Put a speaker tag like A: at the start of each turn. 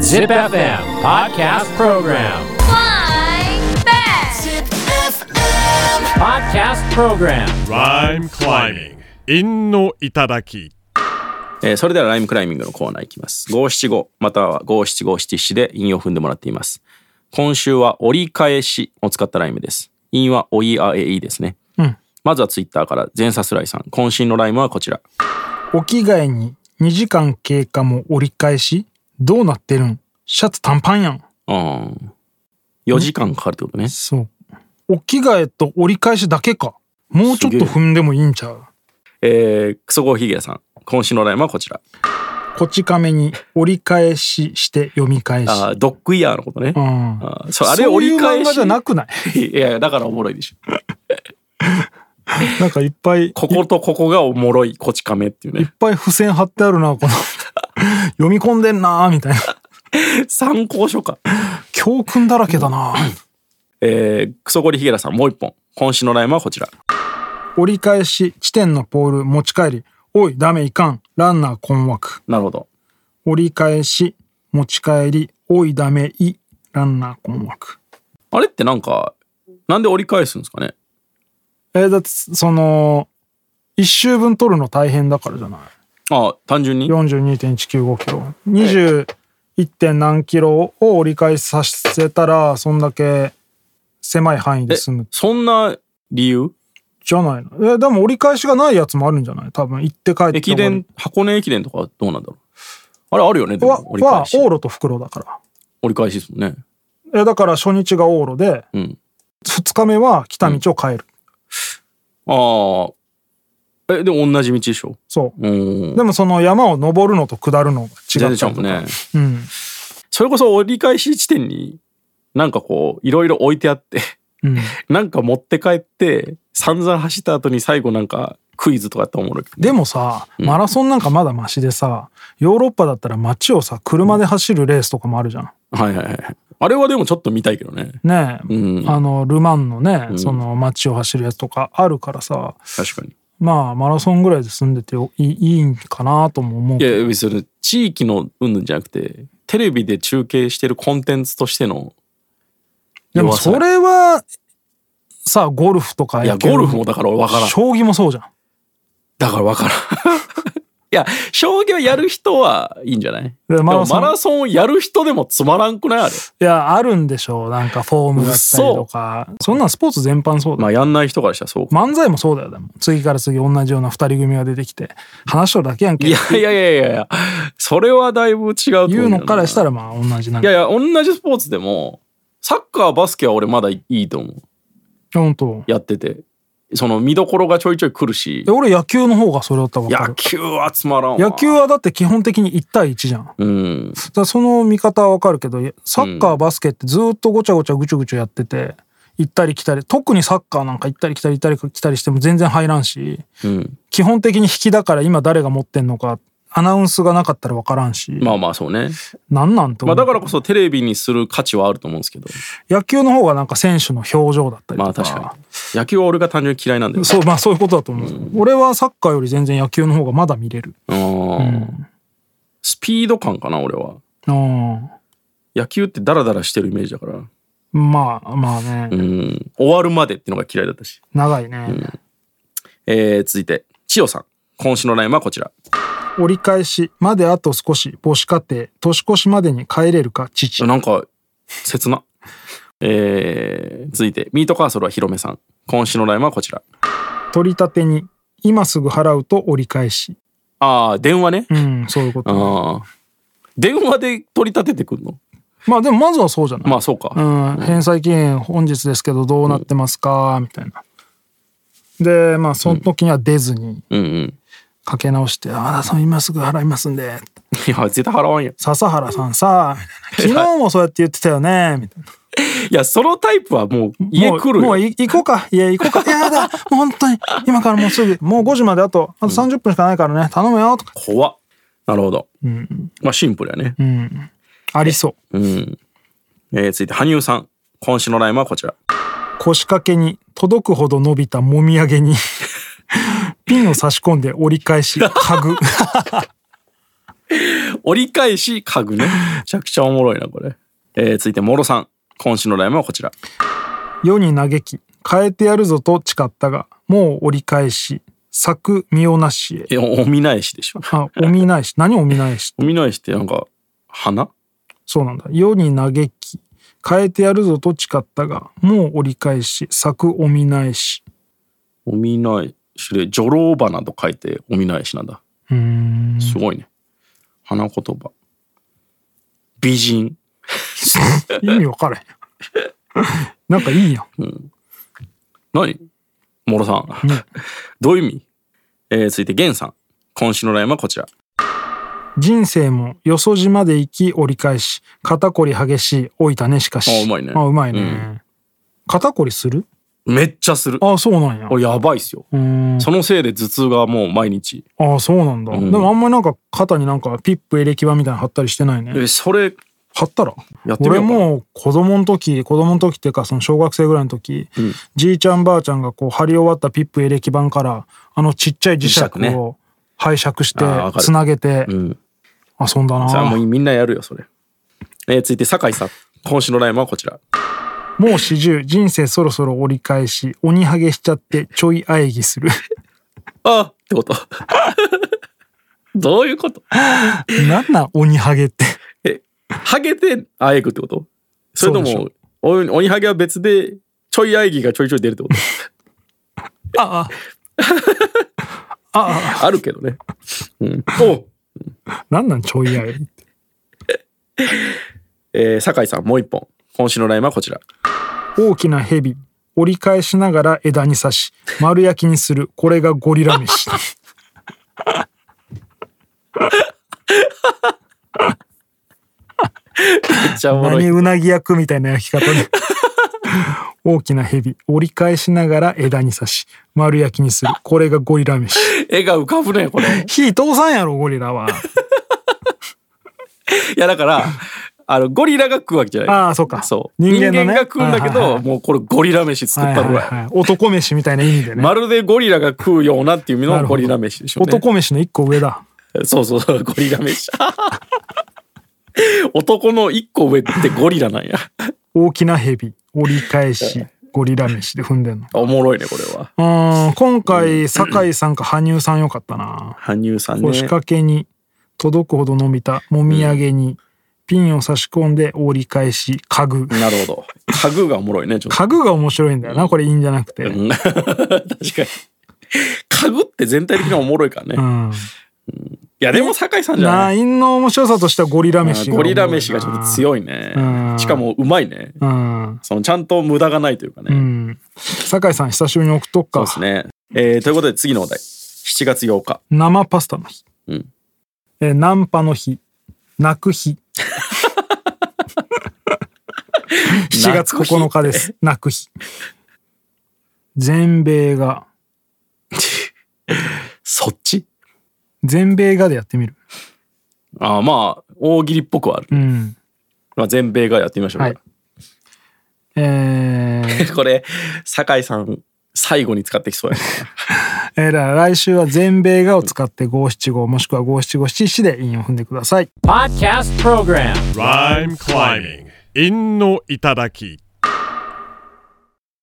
A: Zip FM Podcast Program.
B: Flying back.
A: Podcast Program.
C: Rhyme climbing. 陰の頂き。
D: えーそれではライムクライミングのコーナーいきます。五七五または五七五七七で韻を踏んでもらっています。今週は折り返しを使ったライムです。韻はおいあえいですね。まずはツイッターから全サスライさん。渾身のライムはこちら。
E: お着替えに2時間経過も折り返しどうなってるんシャツ短パンやん
D: うん。4時間かかるってことね。
E: そうお着替えと折り返しだけかもうちょっと踏んでもいいんちゃう
D: えー、クソゴヒゲさん。今週のライムはこちら。
E: こち亀に折り返しして読み返し
D: あードッグイヤーのことね。
E: うん
D: あーそうあれ折り返し。
E: そういう漫画じゃなくない
D: いやいや、だからおもろいでしょ。
E: なんかいっぱいいっ
D: こことここがおもろい、こち亀っていう ね。
E: ぱい付箋貼ってあるなこの 読み込んでんなみたいな
D: 参考書か。
E: 教訓だらけ だな
D: えー、クソゴリヒゲラさんもう一本今週のライムはこちら
E: 折り返し地点のポール持ち帰りおいダメいかんランナー困惑
D: なるほど
E: 折り返し持ち帰りおいダメいランナー困惑
D: あれってなんかなんで折り返すんですかね
E: えーだってその1周分取るの大変だからじゃない
D: あ単純に
E: 42.195キロ21点何キロを折り返しさせたらそんだけ狭い範囲
D: え
E: で済む
D: そんな理由
E: じゃないのえーでも折り返しがないやつもあるんじゃない多分行って帰って
D: 駅伝箱根駅伝とかはどうなんだろうあれあるよねで
E: は
D: も折り
E: は
D: 返し
E: 往路と袋だか
D: 折り返しですもんね
E: らえーだから初日が往路で
D: うん
E: 2日目は来た道を帰る、
D: ああえでも同じ道でしょ
E: そう
D: うーん
E: でもその山を登るのと下るのが違
D: 全
E: った
D: 然違う
E: り
D: も
E: と
D: んね
E: うん
D: それこそ折り返し地点になんかこういろいろ置いてあって
E: うん
D: なんか持って帰って散々走った後に最後なんかクイズとかやったらおもろいけどね
E: でもさ、マラソンなんかまだマシでさヨーロッパだったら街をさ車で走るレースとかもあるじゃん。
D: はいはいはい。あれはでもちょっと見たいけどね。
E: ねえ、
D: うん
E: あのル・マンのね、その街を走るやつとかあるからさ
D: 確かに。
E: まあマラソンぐらいで済んでてよいいいいんかなとも思う
D: い
E: けど
D: や、別に地域の云々じゃなくて、テレビで中継してるコンテンツとしての。
E: でも
D: 弱さ
E: それはさゴルフとか
D: いや、
E: ける
D: ゴルフもだから分からん。
E: 将棋もそうじゃん。
D: だから分からん。 いや、将棋をやる人はいいんじゃない
E: で
D: でも
E: マ
D: マラ
E: ラソン
D: ソンをやる人でもつまらんくないあれ。
E: いやあるんでしょうなんかフォームだったりとかそんなんスポーツ全般そうだ
D: まあ、やんない人からしたらそうか。
E: 漫才もそうだよでも次から次同じような2人組が出てきて話しとるだけやんけ
D: いやいやいやいやいや、それはだいぶ違うと思うんだよな
E: 言うのからしたらまあ同じなん
D: い
E: か
D: やいや、同じスポーツでも、サッカー、バスケは俺まだいいと思う。
E: 本当
D: やってて。その見どころがちょいちょい来るし
E: え。俺野球の方がそれだったら分か
D: 野
E: る
D: 球はつまらんわ
E: 野球はだって基本的に1対1じゃんだか
D: うん
E: らその見方は分かるけどサッカーバスケってずっとごちゃごちゃぐちょぐちょやってて行ったり来たり特にサッカーなんか行ったり来たり行ったり来たりしても全然入らんし
D: うん
E: 基本的に引きだから今誰が持ってんのかアナウンスがなかったら分からんし、
D: まあまあそうね、
E: なんなんと
D: ま
E: 思
D: あ、
E: う、
D: だからこそテレビにする価値はあると思うんですけど
E: 野球の方がなんか選手の表情だったり
D: ま
E: と
D: あ確かに野球は俺が単純に嫌いなんだよ
E: そう、まあそういうことだと思う。俺はサッカーより全然野球の方がまだ見れる。
D: うんスピード感かな俺は
E: うん。
D: 野球ってダラダラしてるイメージだから
E: まあまあね、
D: うん終わるまでってのが嫌いだったし、
E: 長いね、
D: えー、続いて千代さん今週のラインはこちら
E: 折り返しまであと少し母子家庭年越しまでに帰れるか父
D: なんか切なえー、続いてミートカーソルは広めさん今週のラインはこちら
E: 取り立てに今すぐ払うと折り返し
D: ああ電話ね
E: うんそういうこと
D: ああ電話で取り立ててくんの
E: まあでもまずはそうじゃない、
D: まあそうか、
E: うん、返済期限本日ですけどどうなってますか、みたいなでまあその時には出ずに
D: うんうん。
E: かけ直して「ああさん今すぐ払いますんで」
D: いや、絶対払わんやん。
E: 笹原さんさ、みたいな昨日もそうやって言ってたよね、みたいな。
D: いや、そのタイプはもう家
E: もう
D: 来るよ。
E: もうい行こうか、家行こうか。いやだ、もう本当に、今からもうすぐ、もう5時まであと、あと30分しかないからね、頼むよ、とか。
D: 怖っなるほど。まあシンプルやね。
E: ありそう。
D: うん。えー、続いて、羽生さん。今週のラインはこちら。
E: 腰掛けに、届くほど伸びたもみあげに、 ピンを差し込んで折り返し、家具。
D: 折り返し家具ね。 めちゃくちゃおもろいな、これ。えー続いて、もろさん。今週のライムはこちら。
E: 世に嘆き変えてやるぞと誓ったがもう折り返し作身をなしへ
D: え、おお見ないしでしょ。
E: あお見ないし何お見ないし
D: お見ないしってなんか、花
E: そうなんだ世に嘆き変えてやるぞと誓ったがもう折り返し作お見ないし
D: お見ないしで、女郎花と書いてお見ないしなんだ。
E: うーん
D: すごいね。花言葉。美人。
E: 意味わからへんなんかいいやん
D: 何もろさん。どういう意味えー続いて、ゲンさん。今週のライムはこちら。
E: 人生もよそじまで行き折り返し肩こり激しい老いたねしかし
D: あうまいね
E: あうまいね、
D: うん
E: 肩こりする
D: めっちゃする。
E: あそうなんや
D: これやばいっすよ。
E: うーん
D: そのせいで頭痛がもう毎日。
E: ああそうなんだ、でもあんまりなんか肩になんかピップエレキ板みたいなの貼ったりしてないね
D: え、それ、
E: 貼ったら
D: やってみよ
E: 俺
D: うかな
E: もう子供の時子供の時っていうかその小学生ぐらいの時、じいちゃんばあちゃんがこう貼り終わったピップエレキ板からあのちっちゃい磁石
D: 磁石ね
E: を拝借して
D: あーわかる
E: つなげて
D: ん
E: 遊んだな、
D: さあもうみんなやるよ、それ。えー続いて、酒井さん。今週のライムはこちら。
E: もう四十人生そろそろ折り返し鬼ハゲしちゃってちょい喘ぎする
D: あってこと。 どういうこと
E: なんなん鬼ハゲって
D: え、ハゲてあえぐってことそれと
E: そう
D: も、お鬼ハゲは別で、ちょいあえぎがちょいちょい出るってこと
E: あ あああ
D: あるけどね。うん。お
E: なんなんちょい喘ぎって
D: えー、酒井さん、もう一本。今週のライムはこちら。
E: 大きな蛇折り返しながら枝に刺し丸焼きにするこれがゴリラ飯
D: めっちゃおもろ
E: 何
D: い。
E: うなぎ焼くみたいな焼 き方で大きな蛇折り返しながら枝に刺し丸焼きにするこれがゴリラ飯
D: 絵が浮かぶね、これ。
E: 火通さんやろゴリラは
D: いやだからあのゴリラが食うわけじゃない
E: ああそっか
D: そう人
E: 人
D: 間,、
E: 間のね
D: が食うんだけど、
E: はいはいはい
D: もうこれゴリラ飯作ったぐらい,、
E: はいはいはい男飯みたいな意味でね
D: まるでゴリラが食うようなっていう意味
E: な
D: の
E: る
D: ゴ
E: ほど
D: リラ飯でしょうね
E: 男飯の一個上だ
D: そうそうそうゴリラ飯 男の一個上ってゴリラなんや
E: 大きな蛇折り返しゴリラ飯で踏んでんの
D: おもろいねこれは
E: うーん今回酒井さんか羽生さんよかったな
D: 羽生さんね
E: 腰掛けに届くほど伸びたもみあげにピンを差し込んで折り返し家具
D: なるほど家具がおもろいねちょっと
E: 家具が面白いんだよなこれいいんじゃなくて、うん
D: うん確かに家具って全体的におもろいからね、いやでも酒井さんじゃ
E: な
D: ない
E: あ陰の面白さとしてはゴリラ
D: あ
E: 飯が
D: ゴリラ飯がちょっと
E: い
D: 強いね
E: うん
D: しかもうまいね
E: うん、
D: そのちゃんと無駄がないというかね。
E: うん、酒井さん久しぶりに送っとく
D: そう
E: か
D: ですね、えーということで次のお題。7月8日。
E: 生パスタの日、
D: うん
E: えーナンパの日泣く 日7月9日です泣 く日全米が
D: そっち
E: 全米がでやってみる
D: あーまあ、大喜利っぽくはある。
E: うん
D: まあ、全米がやってみましょうか。
E: はいえ ー
D: これ、酒井さん、最後に使ってきそうやね。
E: えーだから来週は全米がを使って五七五もしくは五七五七七で韻を踏んでください
A: Podcast Program
C: Rhyme climbing. 陰の頂き。